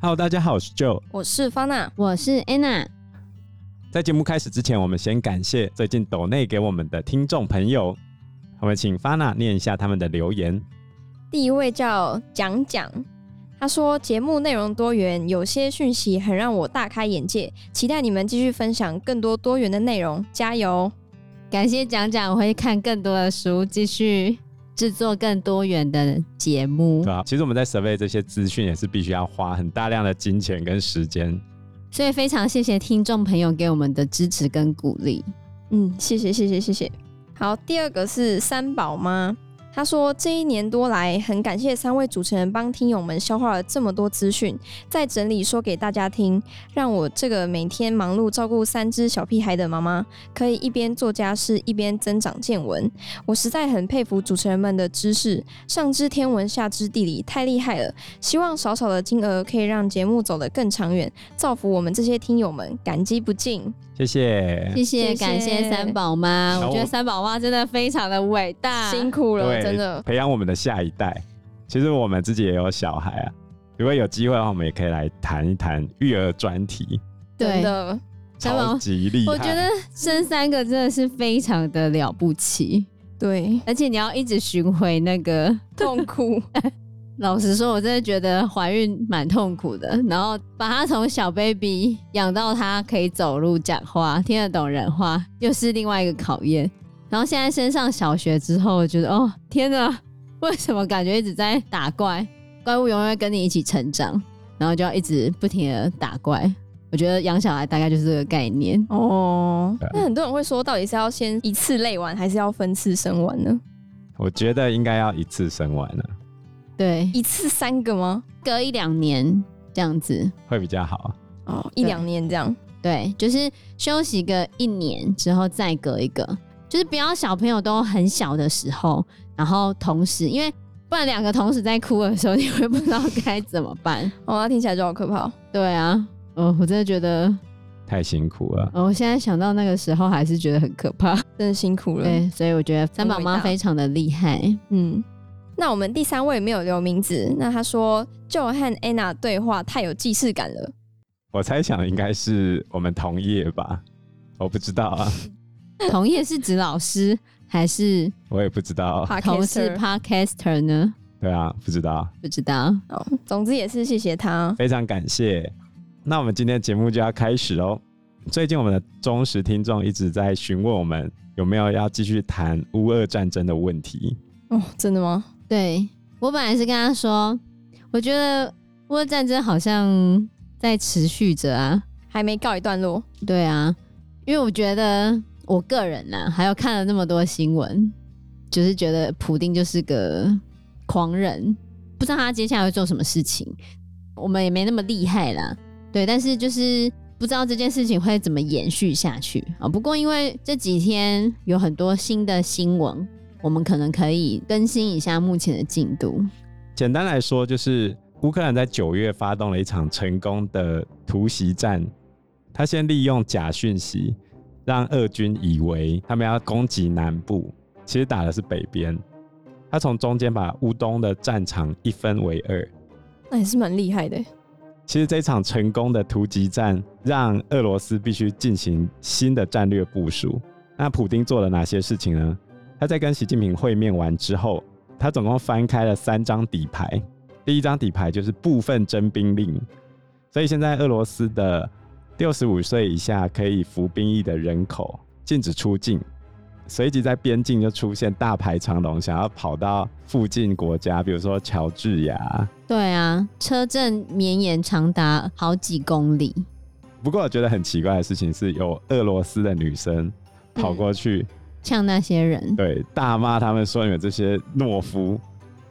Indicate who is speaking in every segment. Speaker 1: Hello，大家好，我是 Joe。
Speaker 2: 我是方娜，
Speaker 3: 我是 Anna，
Speaker 1: 在节目开始之前，我们先感谢最近抖内给我们的听众朋友，我们请 Fana 念一下他们的留言。
Speaker 3: 嗯
Speaker 2: 第一位叫蒋蒋，他说节目内容多元，有些讯息很让我大开眼界，期待你们继续分享更多多元的内容，加油！
Speaker 3: 感谢讲讲，我会看更多的书，继续制作更多元的节目
Speaker 1: 对。啊，其实我们在 survey 这些资讯也是必须要花很大量的金钱跟时间。
Speaker 3: 所以非常谢谢听众朋友给我们的支持跟鼓励。
Speaker 2: 嗯，谢谢谢谢谢谢。好，第二个是三宝妈，她说这一年多来，很感谢三位主持人帮听友们消化了这么多资讯，再整理说给大家听，让我这个每天忙碌照顾三只小屁孩的妈妈，可以一边做家事一边增长见闻。我实在很佩服主持人们的知识，上知天文下知地理，太厉害了！希望少少的金额可以让节目走得更长远，造福我们这些听友们，感激不尽。
Speaker 1: 谢谢。
Speaker 3: 谢谢，
Speaker 2: 谢谢
Speaker 3: 感谢三宝妈，
Speaker 1: 好
Speaker 3: 我觉得三宝妈真的非常的伟大。
Speaker 2: 辛苦了，
Speaker 1: 对，
Speaker 2: 真的。
Speaker 1: 培养我们的下一代。其实我们自己也有小孩啊，如果有机会的话，我们也可以来谈一谈育儿专题，
Speaker 2: 真
Speaker 3: 对，
Speaker 2: 的，
Speaker 3: 真的
Speaker 1: 超级厉害。
Speaker 3: 我觉得生三个真的是非常的了不起，
Speaker 2: 对，
Speaker 3: 而且你要一直巡回那个。
Speaker 2: 痛苦，
Speaker 3: 老实说，我真的觉得怀孕蛮痛苦的。然后把她从小 baby 养到她可以走路、讲话、听得懂人话，又是另外一个考验。然后现在升上小学之后，我觉得哦，天哪，为什么感觉一直在打怪？怪物永远会跟你一起成长，然后就要一直不停的打怪。我觉得养小孩大概就是这个概念。
Speaker 2: 哦
Speaker 1: 对啊，
Speaker 2: 那很多人会说，到底是要先一次累完，还是要分次生完呢？
Speaker 1: 我觉得应该要一次生完啊了，
Speaker 3: 对，
Speaker 2: 一次三个吗？
Speaker 3: 隔一两年这样子，
Speaker 1: 会比较好。啊
Speaker 2: 哦，一
Speaker 3: 对
Speaker 2: 两年这样。
Speaker 3: 对，就是休息个一年之后再隔一个，就是不要小朋友都很小的时候，然后同时，因为不然两个同时在哭的时候，你会不知道该怎么办。
Speaker 2: 哦，那听起来就好可怕哦。
Speaker 3: 对啊，哦，我真的觉得，
Speaker 1: 太辛苦了。
Speaker 3: 哦，我现在想到那个时候还是觉得很可怕。
Speaker 2: 真的辛苦了。
Speaker 3: 对，所以我觉得三宝妈非常的厉害。
Speaker 2: 嗯，那我们第三位没有留名字，那他说就和 Anna 对话太有既视感了。
Speaker 1: 我猜想应该是我们同业吧，我不知道啊，
Speaker 3: 同业是指老师还是
Speaker 1: 我也不知道，
Speaker 3: 同事
Speaker 2: Podcaster
Speaker 3: podcaster 呢？
Speaker 1: 对啊，不知道，
Speaker 3: 不知道。
Speaker 2: 哦，总之也是谢谢他。
Speaker 1: 非常感谢。那我们今天节目就要开始喽。最近我们的忠实听众一直在询问我们有没有要继续谈乌俄战争的问题，
Speaker 2: 哦，真的吗？
Speaker 3: 对我本来是跟他说，我觉得乌俄战争好像在持续着啊，
Speaker 2: 还没告一段落。
Speaker 3: 对啊，因为我觉得我个人呐、还有看了那么多新闻，就是觉得普丁就是个狂人，不知道他接下来会做什么事情，我们也没那么厉害啦，对，但是就是。不知道这件事情会怎么延续下去啊！不过因为这几天有很多新的新闻，我们可能可以更新一下目前的进度。
Speaker 1: 简单来说，就是乌克兰在九月发动了一场成功的突袭战。他先利用假讯息，让俄军以为他们要攻击南部，其实打的是北边。他从中间把乌东的战场一分为二。
Speaker 2: 那也是蛮厉害的。
Speaker 1: 其实这场成功的突击战，让俄罗斯必须进行新的战略部署。那普丁做了哪些事情呢？他在跟习近平会面完之后，他总共翻开了三张底牌。第一张底牌就是部分征兵令，所以现在俄罗斯的六十五岁以下可以服兵役的人口禁止出境，随即在边境就出现大排长龙，想要跑到附近国家，比如说乔治亚。
Speaker 3: 对啊，车阵绵延长达好几公里。
Speaker 1: 不过我觉得很奇怪的事情是，有俄罗斯的女生跑过去，
Speaker 3: 呛那些人，
Speaker 1: 对大骂他们说你们这些懦夫，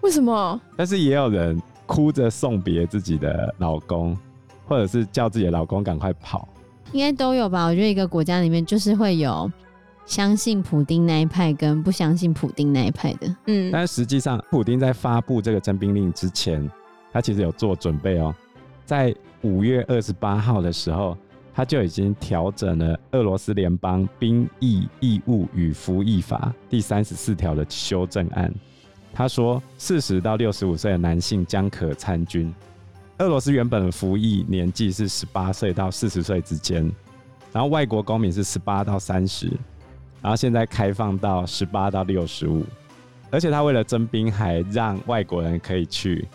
Speaker 2: 为什么？
Speaker 1: 但是也有人哭着送别自己的老公，或者是叫自己的老公赶快跑。
Speaker 3: 应该都有吧？我觉得一个国家里面就是会有相信普丁那一派跟不相信普丁那一派的。
Speaker 2: 嗯，
Speaker 1: 但实际上，普丁在发布这个征兵令之前，他其实有做准备哦。在五月二十八号的时候，他就已经调整了俄罗斯联邦兵役义务与服役法第三十四条的修正案。他说，四十到六十五岁的男性将可参军，俄罗斯原本的服役年纪是十八岁到四十岁之间，然后外国公民是十八到三十，然后现在开放到十八到六十五，而且他为了征兵还让外国人可以去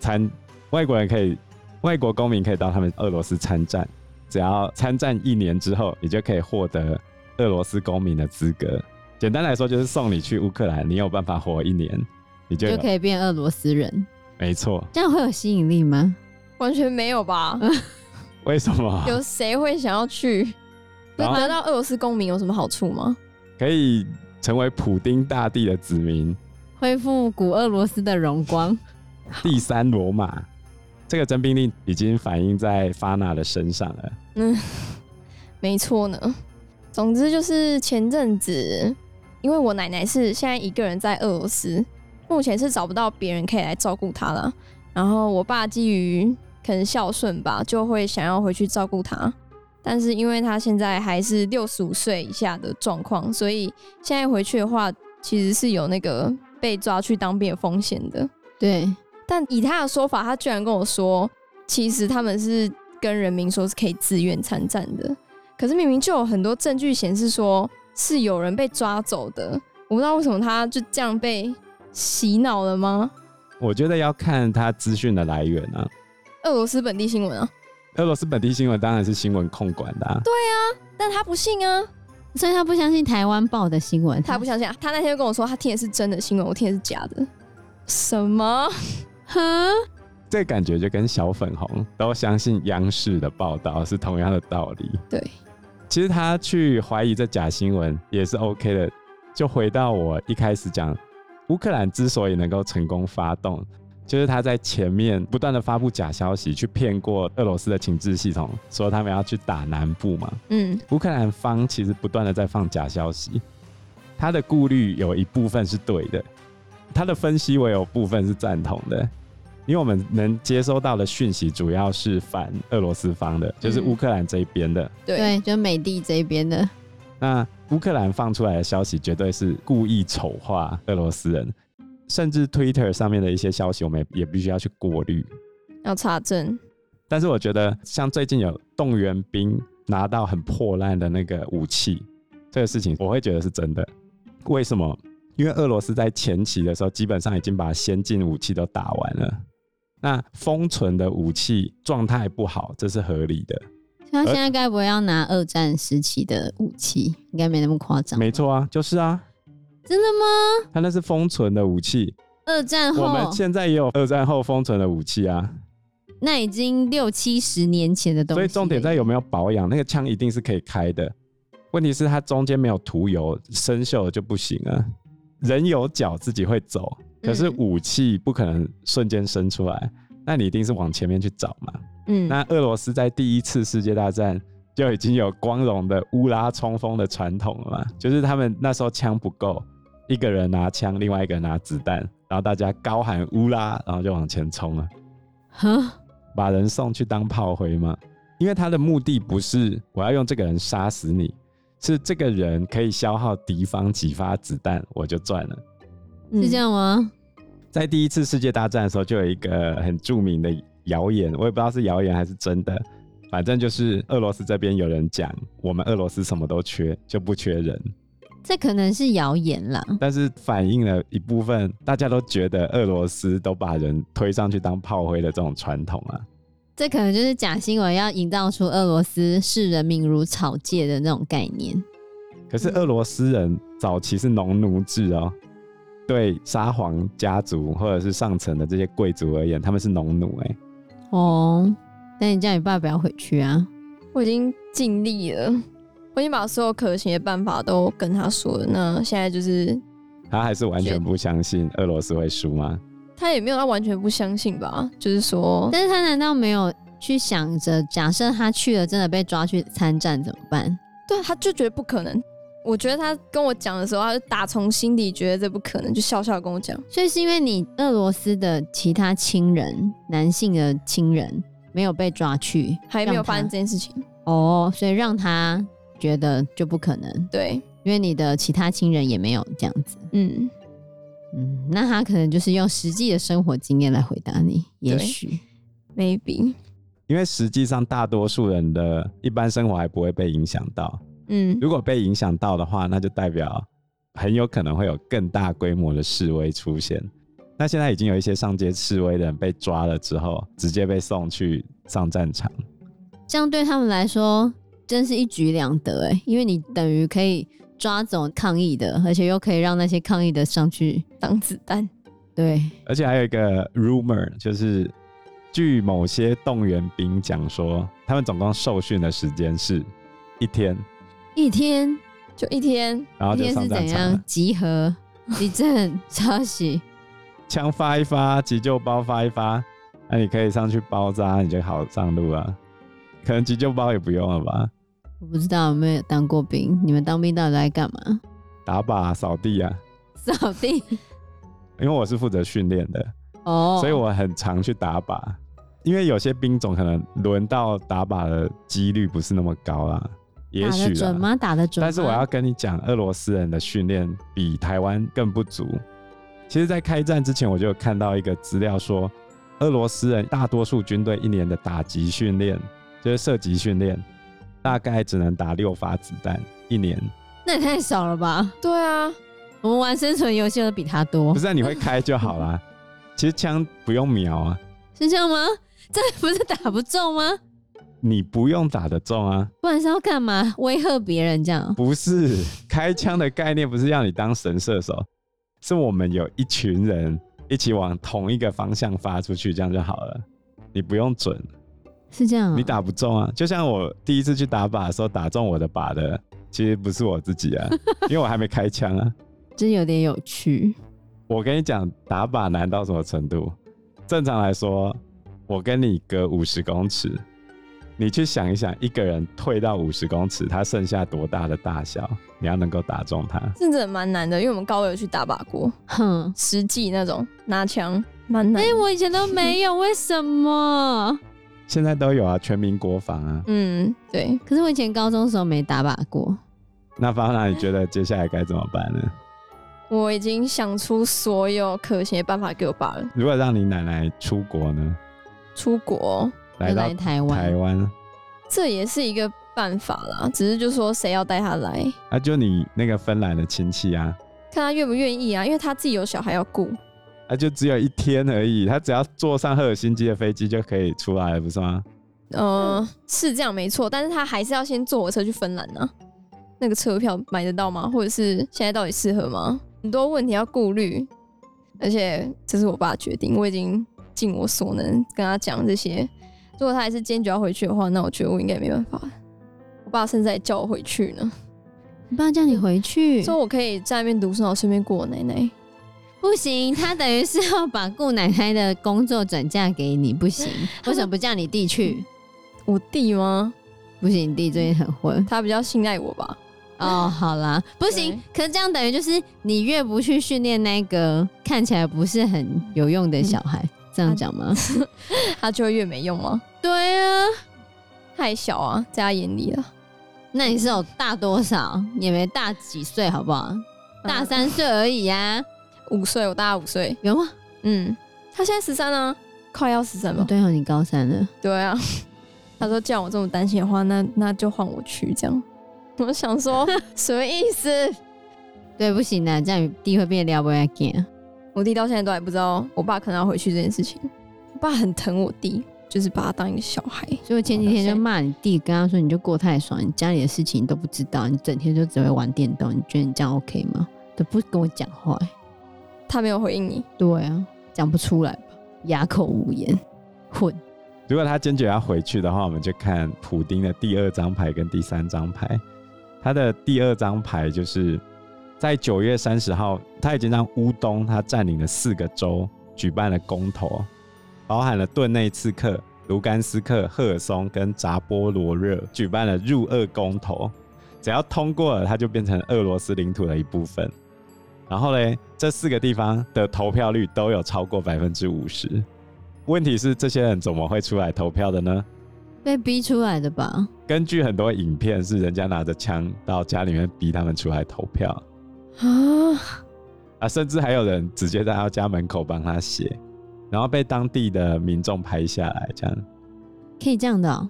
Speaker 1: 参，外国人可以，外国公民可以到他们俄罗斯参战，只要参战一年之后，你就可以获得俄罗斯公民的资格。简单来说，就是送你去乌克兰，你有办法活一年，你就
Speaker 3: 就
Speaker 1: 有
Speaker 3: 可以变俄罗斯人，
Speaker 1: 没错。
Speaker 3: 这样会有吸引力吗？
Speaker 2: 完全没有吧？
Speaker 1: 为什么？
Speaker 2: 有谁会想要去？那
Speaker 1: 然后
Speaker 2: 得到俄罗斯公民有什么好处吗？
Speaker 1: 可以成为普丁大帝的子民，
Speaker 3: 恢复古俄罗斯的荣光，
Speaker 1: 第三罗马。这个征兵令已经反映在发娜的身上了。
Speaker 2: 嗯，没错呢。总之就是前阵子，因为我奶奶是现在一个人在俄罗斯，目前是找不到别人可以来照顾她了。然后我爸基于可能孝顺吧，就会想要回去照顾她。但是因为他现在还是六十五岁以下的状况，所以现在回去的话，其实是有那个被抓去当兵的风险的。
Speaker 3: 对，
Speaker 2: 但以他的说法，他居然跟我说，其实他们是跟人民说是可以自愿参战的。可是明明就有很多证据显示说是有人被抓走的，我不知道为什么他就这样被洗脑了吗？
Speaker 1: 我觉得要看他资讯的来源啊。
Speaker 2: 俄罗斯本地新闻啊，
Speaker 1: 俄罗斯本地新闻当然是新闻控管的、啊，
Speaker 2: 但他不信啊，
Speaker 3: 所以他不相信台湾报的新闻，
Speaker 2: 他不相信、啊。他那天就跟我说，他听的是真的新闻，我听的是假的。什么？
Speaker 3: 哈，
Speaker 1: 这感觉就跟小粉红都相信央视的报道是同样的道理。
Speaker 2: 对，
Speaker 1: 其实他去怀疑这假新闻也是 OK 的。就回到我一开始讲，乌克兰之所以能够成功发动，就是他在前面不断的发布假消息，去骗过俄罗斯的情治系统，说他们要去打南部嘛。
Speaker 2: 嗯，
Speaker 1: 乌克兰方其实不断的在放假消息，他的顾虑有一部分是对的，他的分析我有部分是赞同的，因为我们能接收到的讯息主要是反俄罗斯方的，就是
Speaker 2: 嗯
Speaker 1: 乌克兰这一边的。
Speaker 2: 对，
Speaker 3: 对，就美帝这边的，
Speaker 1: 那乌克兰放出来的消息绝对是故意丑化俄罗斯人，甚至 Twitter 上面的一些消息，我们也也必须要去过滤。
Speaker 2: 要查证。
Speaker 1: 但是我觉得，像最近有动员兵拿到很破烂的那个武器，这个事情我会觉得是真的。为什么？因为俄罗斯在前期的时候，基本上已经把先进武器都打完了。那封存的武器状态不好，这是合理的。
Speaker 3: 他现在该不会要拿二战时期的武器？应该没那么夸张，
Speaker 1: 没错啊，就是啊，
Speaker 3: 真的吗？
Speaker 1: 它那是封存的武器。
Speaker 3: 二战
Speaker 1: 我们
Speaker 3: 后，
Speaker 1: 现在也有二战后封存的武器啊，
Speaker 3: 那已经六七十年前的东西
Speaker 1: 所
Speaker 3: 了，
Speaker 1: 以重点在有没有保养。那个枪一定是可以开的，问题是它中间没有涂油，生锈了就不行啊。人有脚自己会走，可是
Speaker 2: 嗯
Speaker 1: 武器不可能瞬间生出来，那你一定是往前面去找嘛。
Speaker 2: 嗯，
Speaker 1: 那俄罗斯在第一次世界大战就已经有光荣的乌拉冲锋的传统了嘛，就是他们那时候枪不够，一个人拿枪，另外一个人拿子弹，然后大家高喊乌拉，然后就往前冲了。
Speaker 3: 哈，
Speaker 1: 把人送去当炮灰吗？因为他的目的不是我要用这个人杀死你，是这个人可以消耗敌方几发子弹，我就赚了。
Speaker 3: 是这样吗？
Speaker 1: 在第一次世界大战的时候，就有一个很著名的谣言，我也不知道是谣言还是真的，反正就是俄罗斯这边有人讲，我们俄罗斯什么都缺，就不缺人，
Speaker 3: 这可能是谣言啦，
Speaker 1: 但是反映了一部分大家都觉得俄罗斯都把人推上去当炮灰的这种传统啊。
Speaker 3: 这可能就是假新闻要营造出俄罗斯视人民如草芥的那种概念。
Speaker 1: 可是俄罗斯人早期是农奴制哦，对沙皇家族或者是上层的这些贵族而言，他们是农奴哎、
Speaker 3: 哦，那你叫你爸不要回去啊？
Speaker 2: 我已经尽力了，我已经把所有可行的办法都跟他说了。那现在就是
Speaker 1: 他还是完全不相信俄罗斯会输吗？
Speaker 2: 他也没有到完全不相信吧，就是说，
Speaker 3: 但是他难道没有去想着，假设他去了，真的被抓去参战怎么办？
Speaker 2: 对，啊他就觉得不可能。我觉得他跟我讲的时候，他就打从心底觉得这不可能，就笑笑地跟我讲。
Speaker 3: 所以是因为你俄罗斯的其他亲人，男性的亲人没有被抓去，
Speaker 2: 还没有
Speaker 3: 让他
Speaker 2: 发生这件事情，
Speaker 3: 哦，所以让他觉得就不可能，
Speaker 2: 对，
Speaker 3: 因为你的其他亲人也没有这样子。
Speaker 2: 嗯，
Speaker 3: 嗯，那他可能就是用实际的生活经验来回答你，也
Speaker 2: 对
Speaker 3: 许
Speaker 2: ，maybe，
Speaker 1: 因为实际上大多数人的一般生活还不会被影响到。
Speaker 2: 嗯，
Speaker 1: 如果被影响到的话，那就代表很有可能会有更大规模的示威出现。那现在已经有一些上街示威的人被抓了之后，直接被送去上战场。
Speaker 3: 这样对他们来说真是一举两得哎、因为你等于可以抓走抗议的，而且又可以让那些抗议的上去。
Speaker 2: 挡子弹，
Speaker 3: 对，
Speaker 1: 而且还有一个 rumor，就是据某些动员兵讲说，他们总共受训的时间是一天，
Speaker 3: 一天
Speaker 2: 就一天，
Speaker 1: 然后
Speaker 3: 一
Speaker 1: 就
Speaker 3: 天
Speaker 1: 上
Speaker 3: 是
Speaker 1: 战
Speaker 3: 怎
Speaker 1: 场了
Speaker 3: 样，集合、地震、抄袭，
Speaker 1: 枪发一发，急救包发一发，那你可以上去包扎，你就好上路啊。可能急救包也不用了吧，
Speaker 3: 我不知道有没有当过兵，你们当兵到底在干嘛？
Speaker 1: 打靶、扫地啊。
Speaker 3: 扫地
Speaker 1: 因为我是负责训练的，
Speaker 3: 哦，
Speaker 1: 所以我很常去打靶。因为有些兵种可能轮到打靶的几率不是那么高啦，也
Speaker 3: 打
Speaker 1: 许
Speaker 3: 得
Speaker 1: 啦
Speaker 3: 准吗？打得准吗？
Speaker 1: 但是我要跟你讲，俄罗斯人的训练比台湾更不足。其实，在开战之前，我就有看到一个资料说，俄罗斯人大多数军队一年的打击训练，就是射击训练，大概只能打六发子弹一年。
Speaker 3: 那也太少了吧？
Speaker 2: 对啊，
Speaker 3: 我们玩生存游戏的比他多
Speaker 1: 不，是、啊、你会开就好啦，其实枪不用瞄啊，
Speaker 3: 是这样吗？这不是打不中吗？
Speaker 1: 你不用打得中啊。
Speaker 3: 不然是要干嘛？威吓别人这样？
Speaker 1: 不是开枪的概念，不是让你当神射手，是我们有一群人一起往同一个方向发出去，这样就好了。你不用准，
Speaker 3: 是这样、
Speaker 1: 你，打不中啊。就像我第一次去打靶的时候，打中我的靶的其实不是我自己啊，因为我还没开枪啊。
Speaker 3: 真有点有趣。
Speaker 1: 我跟你讲，打靶难到什么程度？正常来说，我跟你隔五十公尺，你去想一想，一个人退到五十公尺，他剩下多大的大小，你要能够打中他。
Speaker 2: 这真的蛮难的，因为我们高二有去打靶过，
Speaker 3: 哼，
Speaker 2: 实际那种拿枪，蛮难
Speaker 3: 哎、
Speaker 2: 的。
Speaker 3: 我以前都没有，为什么？
Speaker 1: 现在都有啊，全民国防啊。
Speaker 2: 嗯，对，
Speaker 3: 可是我以前高中的时候没打靶过，
Speaker 1: 那方娜，你觉得接下来该怎么办呢？
Speaker 2: 我已经想出所有可行的办法给我爸了。
Speaker 1: 如果让你奶奶出国呢，
Speaker 2: 出国
Speaker 1: 来
Speaker 3: 就
Speaker 1: 到
Speaker 3: 来台
Speaker 1: 台
Speaker 3: 湾，
Speaker 1: 湾，
Speaker 2: 这也是一个办法啦，只是就说谁要带他来，
Speaker 1: 啊，就你那个芬兰的亲戚啊，
Speaker 2: 看他愿不愿意啊，因为他自己有小孩要顾。
Speaker 1: 啊，就只有一天而已，他只要坐上赫尔辛基的飞机就可以出来了，不是吗？
Speaker 2: 呃，是这样没错，但是他还是要先坐火车去芬兰呢、啊那个车票买得到吗？或者是现在到底适合吗？很多问题要顾虑，而且这是我爸决定，我已经尽我所能跟他讲这些。如果他还是坚决要回去的话，那我觉得我应该没办法。我爸甚至还叫我回去呢，
Speaker 3: 你爸叫你回去，
Speaker 2: 说我可以在那边读书，然后顺便过我奶奶。
Speaker 3: 不行，他等于是要把顾奶奶的工作转嫁给你，不 行，为什么不叫你弟去？
Speaker 2: 我弟吗？
Speaker 3: 不行，你弟最近很混
Speaker 2: 他比较信赖我吧？
Speaker 3: 哦。好啦，不行，可是这样等于就是你越不去训练那个看起来不是很有用的小孩，这样讲吗？
Speaker 2: 他就会越没用吗？
Speaker 3: 对啊，
Speaker 2: 太小啊，在他眼里了。
Speaker 3: 那你是有大多少？也没大几岁，好不好？
Speaker 2: 嗯
Speaker 3: 大三岁而已呀、
Speaker 2: 五岁，我大他五岁。
Speaker 3: 有吗？
Speaker 2: 嗯，他现在十三啊，快要十三
Speaker 3: 哦
Speaker 2: 了。
Speaker 3: 对哦，你高三了。
Speaker 2: 对啊， 他说既然我这么担心的话，那那就换我去这样。我想 说什么意思？
Speaker 3: 对，不行的，这样你弟会变撩不要见。
Speaker 2: 我弟到现在都还不知道我爸可能要回去这件事情。我爸很疼我弟，就是把他当一个小孩。
Speaker 3: 所以我前几天就骂你弟，跟他说你就过太爽，你家里的事情你都不知道，你整天就只会玩电动，你觉得你这样 OK 吗？都不跟我讲话、欸
Speaker 2: 他没有回应你，
Speaker 3: 对啊，讲不出来吧，哑口无言，混。
Speaker 1: 如果他坚决要回去的话，我们就看普丁的第二张牌跟第三张牌。他的第二张牌就是在九月三十号，他已经让乌东他占领了四个州举办了公投，包含了顿内茨克、卢甘斯克、赫尔松跟扎波罗热举办了入俄公投，只要通过了，他就变成俄罗斯领土的一部分。然后嘞，这四个地方的投票率都有超过百分之五十。问题是这些人怎么会出来投票的呢？
Speaker 3: 被逼出来的吧？
Speaker 1: 根据很多影片，是人家拿着枪到家里面逼他们出来投票
Speaker 2: 啊，
Speaker 1: 啊，甚至还有人直接在他家门口帮他写。然后被当地的民众拍下来，这样。
Speaker 3: 可以这样的哦、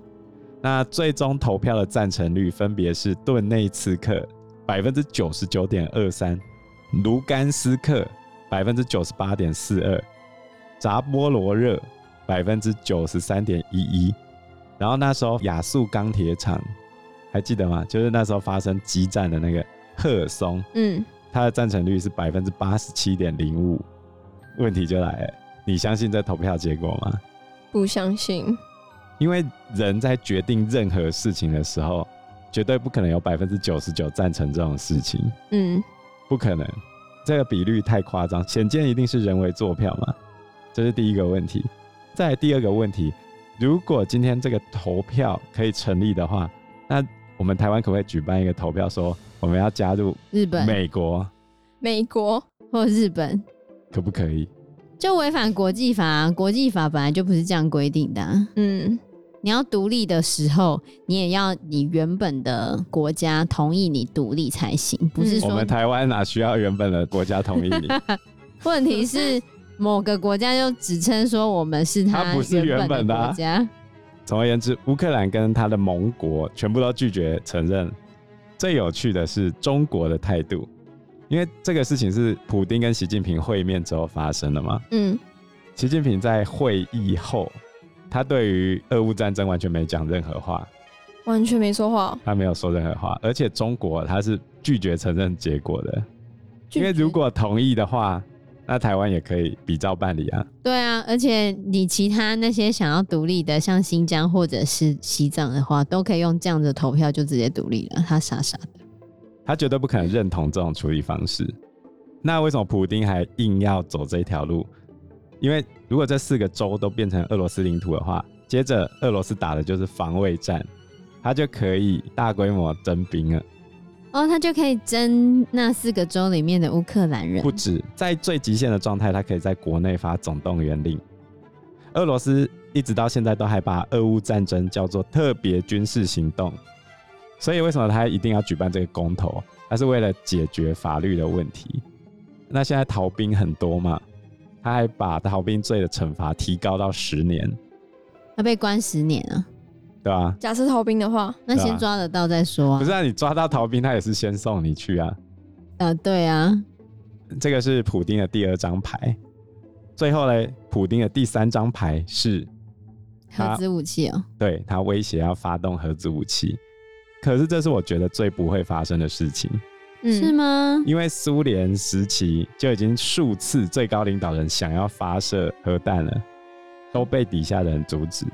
Speaker 1: 那最终投票的赞成率分别是顿内刺客百分之九十九点二三，卢甘斯克百分之九十八点四二，扎波罗热百分之九十三点一一。然后那时候亚速钢铁厂还记得吗？就是那时候发生激战的那个赫尔松，
Speaker 2: 嗯，
Speaker 1: 它的赞成率是百分之八十七点零五。问题就来了，你相信这投票结果吗？
Speaker 2: 不相信，
Speaker 1: 因为人在决定任何事情的时候，绝对不可能有百分之九十九赞成这种事情，
Speaker 2: 嗯，
Speaker 1: 不可能，这个比率太夸张，显见一定是人为做票嘛。这是第一个问题。再来第二个问题，如果今天这个投票可以成立的话，那我们台湾可不可以举办一个投票，说我们要加入
Speaker 3: 日本
Speaker 1: 美国，
Speaker 2: 美国，
Speaker 3: 或日本
Speaker 1: 可不可以？
Speaker 3: 就违反国际法、啊，国际法本来就不是这样规定的啊、
Speaker 2: 嗯，
Speaker 3: 你要独立的时候，你也要你原本的国家同意你独立才行，不是
Speaker 2: 嗯
Speaker 1: 我
Speaker 3: 说
Speaker 1: 们台湾哪需要原本的国家同意你？
Speaker 3: 问题是某个国家就指称说我们是
Speaker 1: 它不是原
Speaker 3: 原
Speaker 1: 本的
Speaker 3: 的
Speaker 1: 啊
Speaker 3: 国家，
Speaker 1: 总而言之，乌克兰跟他的盟国全部都拒绝承认。最有趣的是中国的态度，因为这个事情是普丁跟习近平会面之后发生的嘛。
Speaker 2: 嗯，
Speaker 1: 习近平在会议后，他对于俄乌战争完全没讲任何话，
Speaker 2: 完全没说话，
Speaker 1: 他没有说任何话，而且中国他是拒绝承认结果的，因为
Speaker 2: 拒绝
Speaker 1: 如果同意的话，那台湾也可以比照办理啊。
Speaker 3: 对啊，而且你其他那些想要独立的，像新疆或者是西藏的话，都可以用这样子的投票就直接独立了。他傻傻的，
Speaker 1: 他绝对不可能认同这种处理方式。那为什么普丁还硬要走这一条路？因为如果这四个州都变成俄罗斯领土的话，接着俄罗斯打的就是防卫战，他就可以大规模征兵了。
Speaker 3: 哦，他就可以征那四个州里面的乌克兰人
Speaker 1: 不。止在最极限的状态，他可以在国内发总动员令。俄罗斯一直到现在都还把俄乌战争叫做特别军事行动，所以为什么他一定要举办这个公投？他是为了解决法律的问题。那现在逃兵很多嘛，他还把逃兵罪的惩罚提高到十年，
Speaker 3: 他被关十年啊，
Speaker 1: 对吧、
Speaker 2: 假设逃兵的话，
Speaker 3: 那
Speaker 1: 对
Speaker 3: 先
Speaker 1: 啊
Speaker 3: 抓得到再说
Speaker 1: 不
Speaker 3: 啊。
Speaker 1: 是、啊、你抓到逃兵，他也是先送你去啊。
Speaker 3: 呃，对啊，
Speaker 1: 这个是普丁的第二张牌。最后嘞，普丁的第三张牌是
Speaker 3: 核子武器哦、
Speaker 1: 对他威胁要发动核子武器。可是这是我觉得最不会发生的事情，
Speaker 3: 是
Speaker 2: 嗯，
Speaker 3: 吗？
Speaker 1: 因为苏联时期就已经数次最高领导人想要发射核弹了，都被底下人阻止。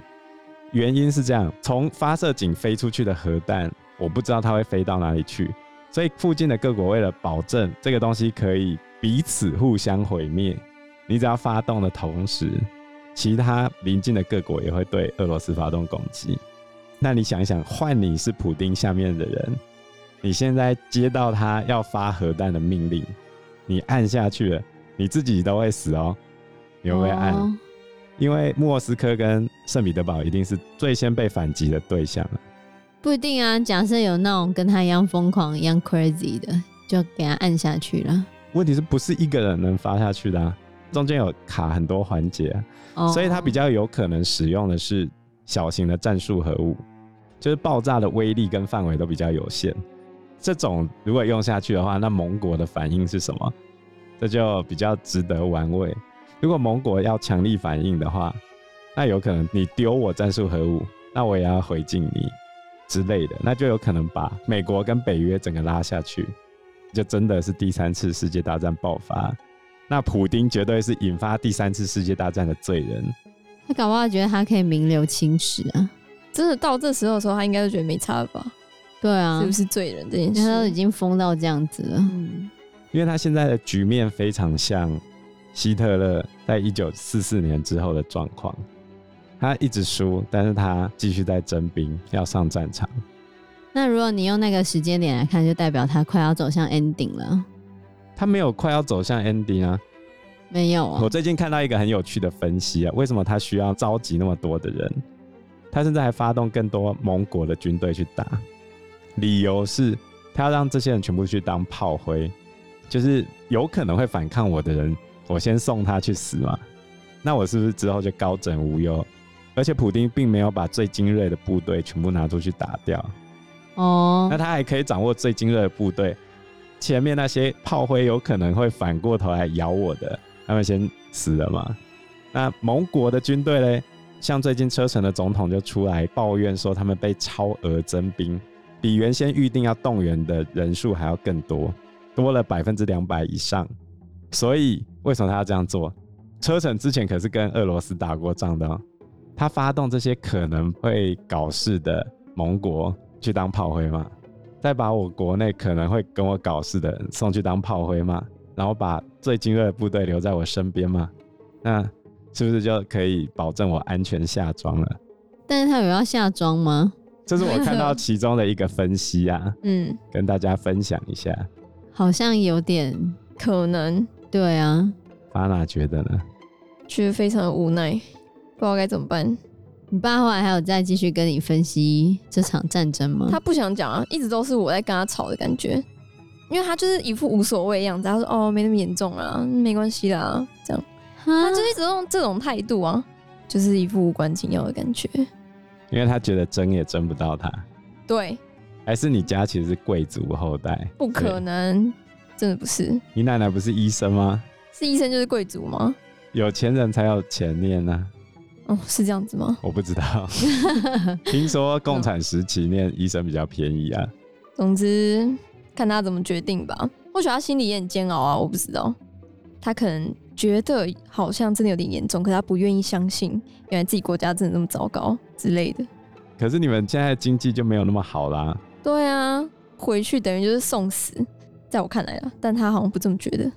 Speaker 1: 原因是这样：从发射井飞出去的核弹，我不知道它会飞到哪里去，所以附近的各国为了保证这个东西可以彼此互相毁灭，你只要发动的同时，其他邻近的各国也会对俄罗斯发动攻击。那你想一想，换你是普丁下面的人，你现在接到他要发核弹的命令，你按下去了，你自己都会死哦。你会不会按？
Speaker 3: 哦
Speaker 1: 因为莫斯科跟圣彼得堡一定是最先被反击的对象了
Speaker 3: 不一定啊，假设有那种跟他一样疯狂、一样 crazy 的，就给他按下去了。
Speaker 1: 问题是不是一个人能发下去的、啊？中间有卡很多环节啊、
Speaker 3: 哦
Speaker 1: 所以他比较有可能使用的是小型的战术核武，就是爆炸的威力跟范围都比较有限。这种如果用下去的话，那盟国的反应是什么？这就比较值得玩味。如果盟国要强力反应的话，那有可能你丢我战术核武，那我也要回敬你之类的，那就有可能把美国跟北约整个拉下去，就真的是第三次世界大战爆发。那普丁绝对是引发第三次世界大战的罪人。
Speaker 3: 他搞不好觉得他可以名留青史啊。
Speaker 2: 真的到这时候的时候，他应该就觉得没差了吧？
Speaker 3: 对啊
Speaker 2: 是，不是罪人这件
Speaker 3: 他都已
Speaker 2: 事？
Speaker 3: 经疯到这样子了。
Speaker 2: 嗯，
Speaker 1: 因为他现在的局面非常像希特勒在一九四四年之后的状况，他一直输，但是他继续在征兵，要上战场。
Speaker 3: 那如果你用那个时间点来看，就代表他快要走向 ending 了。
Speaker 1: 他没有快要走向 ending 啊！
Speaker 3: 没有啊
Speaker 1: 我，最近看到一个很有趣的分析啊，为什么他需要召集那么多的人？他甚至还发动更多盟国的军队去打，理由是他要让这些人全部去当炮灰，就是有可能会反抗我的人，我先送他去死嘛。那我是不是之后就高枕无忧？而且普丁并没有把最精锐的部队全部拿出去打掉，
Speaker 3: 哦
Speaker 1: 那，他还可以掌握最精锐的部队。前面那些炮灰有可能会反过头来咬我的，他们先死了嘛。那盟国的军队嘞，像最近车臣的总统就出来抱怨说，他们被超额增兵，比原先预定要动员的人数还要更多，多了百分之两百以上。所以为什么他要这样做？车臣之前可是跟俄罗斯打过仗的、哦，他发动这些可能会搞事的盟国去当炮灰嘛，再把我国内可能会跟我搞事的人送去当炮灰嘛，然后把最精锐的部队留在我身边嘛，那是不是就可以保证我安全下庄了？
Speaker 3: 但是他有要下妆吗？
Speaker 1: 这是我看到其中的一个分析啊，
Speaker 2: 嗯，
Speaker 1: 跟大家分享一下。
Speaker 3: 好像有点，
Speaker 2: 可能
Speaker 3: 对啊，
Speaker 1: 巴娜觉得呢？
Speaker 2: 觉得非常的无奈，不知道该怎么办。
Speaker 3: 嗯你爸后来还有再继续跟你分析这场战争吗？
Speaker 2: 他不想讲啊，一直都是我在跟他吵的感觉，因为他就是一副无所谓的样子。他说：“哦，没那么严重啊，没关系啦。”这样，
Speaker 3: 他
Speaker 2: 他就一直用这种态度啊，就是一副无关紧要的感觉。
Speaker 1: 因为他觉得争也争不到他，
Speaker 2: 对，
Speaker 1: 还是你家其实是贵族后代？
Speaker 2: 不可
Speaker 1: 对。
Speaker 2: 能，真的不是，
Speaker 1: 你奶奶不是医生吗？
Speaker 2: 是医生就是贵族吗？
Speaker 1: 有钱人才有钱念呢、啊。
Speaker 2: 哦，是这样子吗？
Speaker 1: 我不知道，听说共产时期念医生比较便宜啊。
Speaker 2: 总之，看他怎么决定吧。或许他心里也很煎熬啊，我不知道。他可能觉得好像真的有点严重，可他不愿意相信，原来自己国家真的这么糟糕之类的。
Speaker 1: 可是你们现在经济就没有那么好啦。
Speaker 2: 对啊，回去等于就是送死，在我看来啊，但他好像不这么觉得。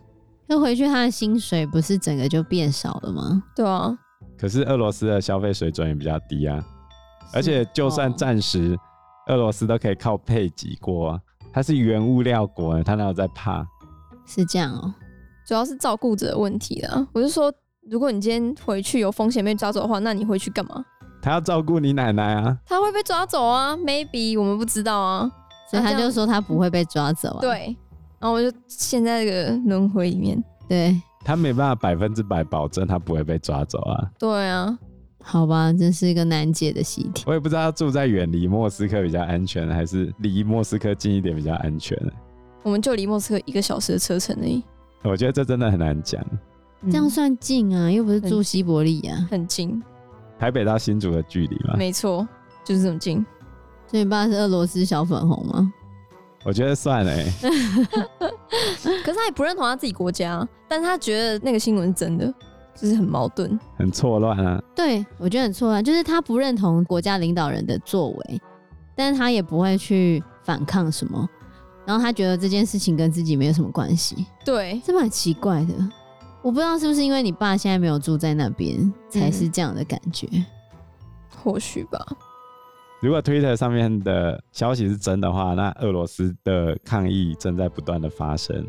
Speaker 3: 那回去他的薪水不是整个就变少了吗？
Speaker 2: 对啊，
Speaker 1: 可是俄罗斯的消费水准也比较低啊，而且就算
Speaker 3: 哦
Speaker 1: 战时，俄罗斯都可以靠配给过啊。它是原物料国呢，它哪有在怕？
Speaker 3: 是这样哦、
Speaker 2: 主要是照顾者的问题啦。我是说，如果你今天回去有风险被抓走的话，那你回去干嘛？
Speaker 1: 它要照顾你奶奶啊。
Speaker 2: 他会被抓走啊？Maybe 我们不知道啊。
Speaker 3: 所以
Speaker 2: 那
Speaker 3: 他
Speaker 2: 这样
Speaker 3: 就说他不会被抓走啊。
Speaker 2: 对，然后我就陷在这个轮回里面。
Speaker 3: 啊对，
Speaker 1: 他没办法百分之百保证他不会被抓走啊。
Speaker 2: 对啊，
Speaker 3: 好吧，真是一个难解的习题。
Speaker 1: 我也不知道他住在远离莫斯科比较安全，还是离莫斯科近一点比较安全。
Speaker 2: 我们就离莫斯科一个小时的车程而已，
Speaker 1: 我觉得这真的很难讲。
Speaker 3: 这样
Speaker 2: 嗯
Speaker 3: 算近啊，又不是住西伯利亚，
Speaker 2: 很近，
Speaker 1: 台北到新竹的距离嘛，
Speaker 2: 没错，就是这么近。
Speaker 3: 所以你爸是俄罗斯小粉红吗？
Speaker 1: 我觉得算了、欸。
Speaker 2: 可是他也不认同他自己国家，啊但是他觉得那个新闻是真的，就是很矛盾。
Speaker 1: 很错乱啊。
Speaker 3: 对，我觉得很错啊，就是他不认同国家领导人的作为，但是他也不会去反抗什么，然后他觉得这件事情跟自己没有什么关系，
Speaker 2: 对，
Speaker 3: 这蛮奇怪的。我不知道是不是因为你爸现在没有住在那边，才是这样的感觉。
Speaker 2: 或许吧。
Speaker 1: 如果 Twitter 上面的消息是真的话，那俄罗斯的抗议正在不断的发生，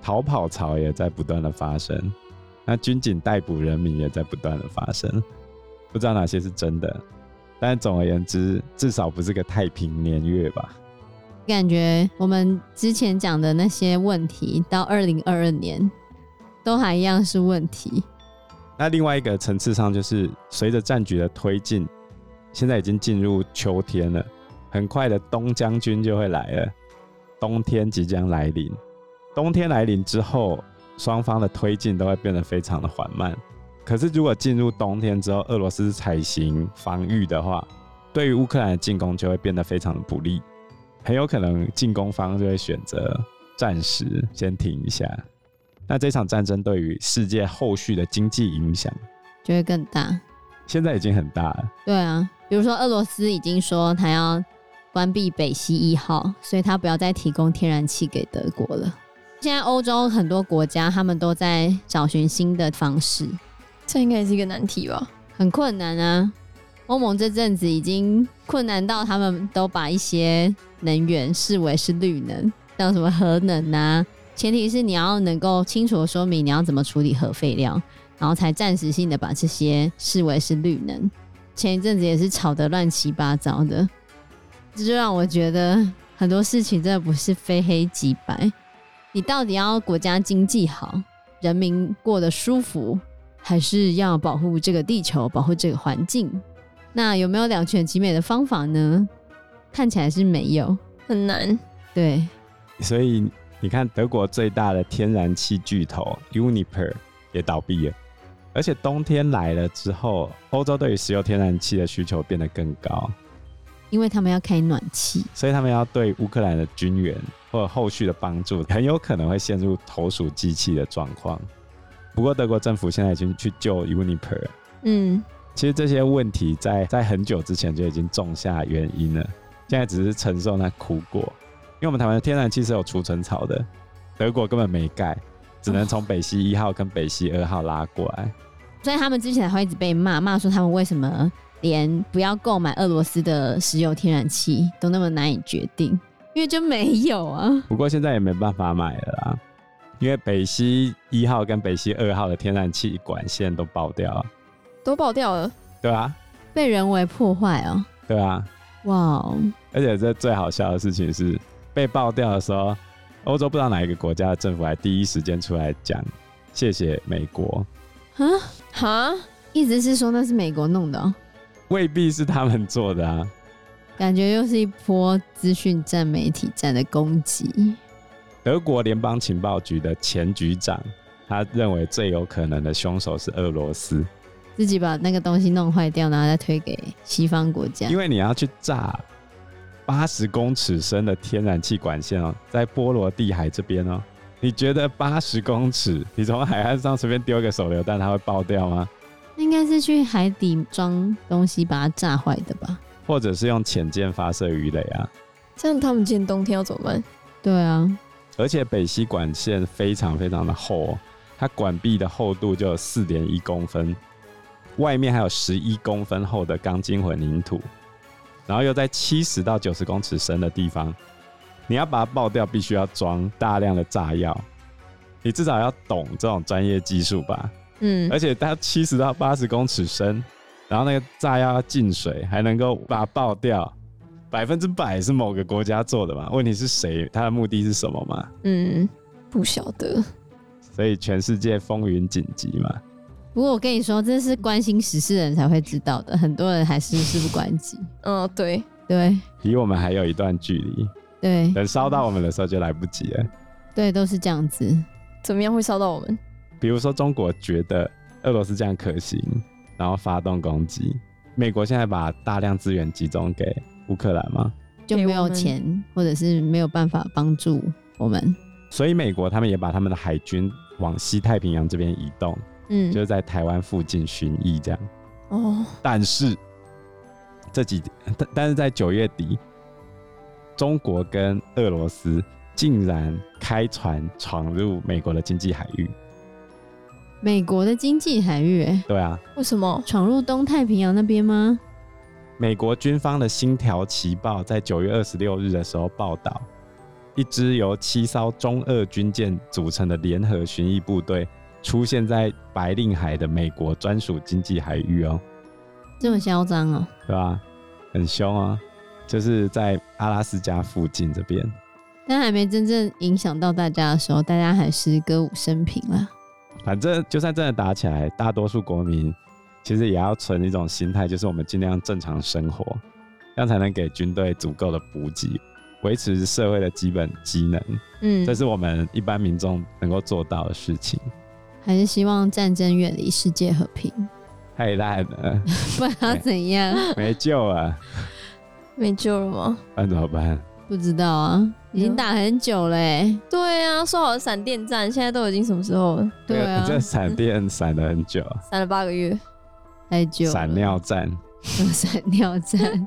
Speaker 1: 逃跑潮也在不断的发生，那军警逮捕人民也在不断的发生，不知道哪些是真的。但总而言之，至少不是个太平年月吧？
Speaker 3: 感觉我们之前讲的那些问题，到二零二二年都还一样是问题。
Speaker 1: 那另外一个层次上，就是随着战局的推进，现在已经进入秋天了，很快的东将军就会来了，冬天即将来临。冬天来临之后，双方的推进都会变得非常的缓慢。可是如果进入冬天之后，俄罗斯采行防御的话，对于乌克兰的进攻就会变得非常的不利，很有可能进攻方就会选择暂时先停一下。那这场战争对于世界后续的经济影响，
Speaker 3: 就会更大。
Speaker 1: 现在已经很大了。
Speaker 3: 对啊，比如说俄罗斯已经说他要关闭北溪一号，所以他不要再提供天然气给德国了。现在欧洲很多国家他们都在找寻新的方式，
Speaker 2: 这应该也是一个难题吧？
Speaker 3: 很困难啊。欧盟这阵子已经困难到他们都把一些能源视为是绿能，像什么核能啊，前提是你要能够清楚的说明你要怎么处理核废料，然后才暂时性的把这些视为是绿能。前一阵子也是吵得乱七八糟的，这就让我觉得很多事情真的不是非黑即白。你到底要国家经济好，人民过得舒服，还是要保护这个地球，保护这个环境。那有没有两全其美的方法呢？看起来是没有。
Speaker 2: 很难。
Speaker 3: 对，
Speaker 1: 所以你看，德国最大的天然气巨头 Uniper 也倒闭了，而且冬天来了之后，欧洲对于石油天然气的需求变得更高，
Speaker 3: 因为他们要开暖气。
Speaker 1: 所以他们要对乌克兰的军援或者后续的帮助，很有可能会陷入投鼠忌器的状况。不过，德国政府现在已经去救 Uniper 了
Speaker 2: 嗯，
Speaker 1: 其实这些问题在在很久之前就已经种下原因了，现在只是承受那苦果。因为我们台湾的天然气是有储存槽的，德国根本没盖，只能从北溪一号跟北溪二号拉过来。
Speaker 3: 所以他们之前还会一直被骂，骂说他们为什么连不要购买俄罗斯的石油天然气都那么难以决定，因为就没有啊。
Speaker 1: 不过现在也没办法买了啦，因为北溪一号跟北溪二号的天然气管线都爆掉了。
Speaker 2: 都爆掉了。
Speaker 1: 对啊，
Speaker 3: 被人为破坏哦。
Speaker 1: 对啊，
Speaker 3: 哇哦，
Speaker 1: 而且这最好笑的事情是，被爆掉的时候，欧洲不知道哪一个国家的政府还第一时间出来讲谢谢美国，
Speaker 3: 啊，
Speaker 2: 哈，
Speaker 3: 一直是说那是美国弄的、哦，
Speaker 1: 未必是他们做的啊。
Speaker 3: 感觉又是一波资讯战、媒体战的攻击。
Speaker 1: 德国联邦情报局的前局长，他认为最有可能的凶手是俄罗斯，
Speaker 3: 自己把那个东西弄坏掉，然后再推给西方国家
Speaker 1: 因。为你要去炸八十公尺深的天然气管线哦，在波罗的海这边哦。你觉得八十公尺，你从海岸上随便丢一个手榴弹，它会爆掉吗？
Speaker 3: 那应该是去海底装东西把它炸坏的吧？
Speaker 1: 或者是用潜舰发射鱼雷啊？
Speaker 2: 这样他们今年冬天要怎么办？
Speaker 3: 对啊，
Speaker 1: 而且北溪管线非常非常的厚、哦，它管壁的厚度就有四点一公分，外面还有十一公分厚的钢筋混凝土，然后又在七十到九十公尺深的地方，你要把它爆掉，必须要装大量的炸药，你至少要懂这种专业技术吧？
Speaker 2: 嗯
Speaker 1: 而，且它七十到八十公尺深，然后那个炸药要进水，还能够把它爆掉，百分之百是某个国家做的嘛？问题是谁？它的目的是什么嘛？
Speaker 2: 嗯，不晓得。
Speaker 1: 所以全世界风云紧急嘛。
Speaker 3: 不过我跟你说，这是关心时事的人才会知道的，很多人还是事不关己。
Speaker 2: 嗯，对，
Speaker 3: 对
Speaker 1: 离我们还有一段距离，
Speaker 3: 对
Speaker 1: 等烧到我们的时候就来不及了。
Speaker 3: 对，都是这样子。
Speaker 2: 怎么样会烧到我们？
Speaker 1: 比如说，中国觉得俄罗斯这样可行，然后发动攻击。美国现在把大量资源集中给乌克兰嘛，
Speaker 3: 就
Speaker 2: 给
Speaker 3: 没
Speaker 2: 我
Speaker 3: 有
Speaker 2: 们
Speaker 3: 钱，或者是没有办法帮助我们。
Speaker 1: 所以美国他们也把他们的海军往西太平洋这边移动，
Speaker 2: 嗯
Speaker 1: 就，是在台湾附近巡弋这样。
Speaker 2: 哦，
Speaker 1: 但是这几但但是在九月底，中国跟俄罗斯竟然开船闯入美国的经济海域。
Speaker 3: 美国的经济海域、欸
Speaker 1: 对啊，
Speaker 2: 为什么？
Speaker 3: 闯入东太平洋那边吗？
Speaker 1: 美国军方的《星条旗报》在九月二十六日的时候报道，一支由七艘中俄军舰组成的联合巡弋部队出现在白令海的美国专属经济海域哦，
Speaker 3: 这么嚣张哦！
Speaker 1: 对吧、很凶啊，就是在阿拉斯加附近这边。
Speaker 3: 但还没真正影响到大家的时候，大家还是歌舞升平了。
Speaker 1: 反正就算真的打起来，大多数国民其实也要存一种心态，就是我们尽量正常生活，这样才能给军队足够的补给，维持社会的基本机能。
Speaker 2: 嗯
Speaker 1: 这是我们一般民众能够做到的事情。
Speaker 3: 还是希望战争远离世界和平，
Speaker 1: 太烂了，
Speaker 3: 不然要怎样？
Speaker 1: 没救了，
Speaker 2: 没救了吗？
Speaker 1: 那怎么办？
Speaker 3: 不知道啊，已经打很久了、欸，
Speaker 2: 对啊，说好的闪电战，现在都已经什么时候了？
Speaker 3: 对啊
Speaker 1: 这，这闪电闪了很久，
Speaker 2: 闪了八个月。
Speaker 3: 太久了。
Speaker 1: 闪， 尿战。
Speaker 3: 闪尿战。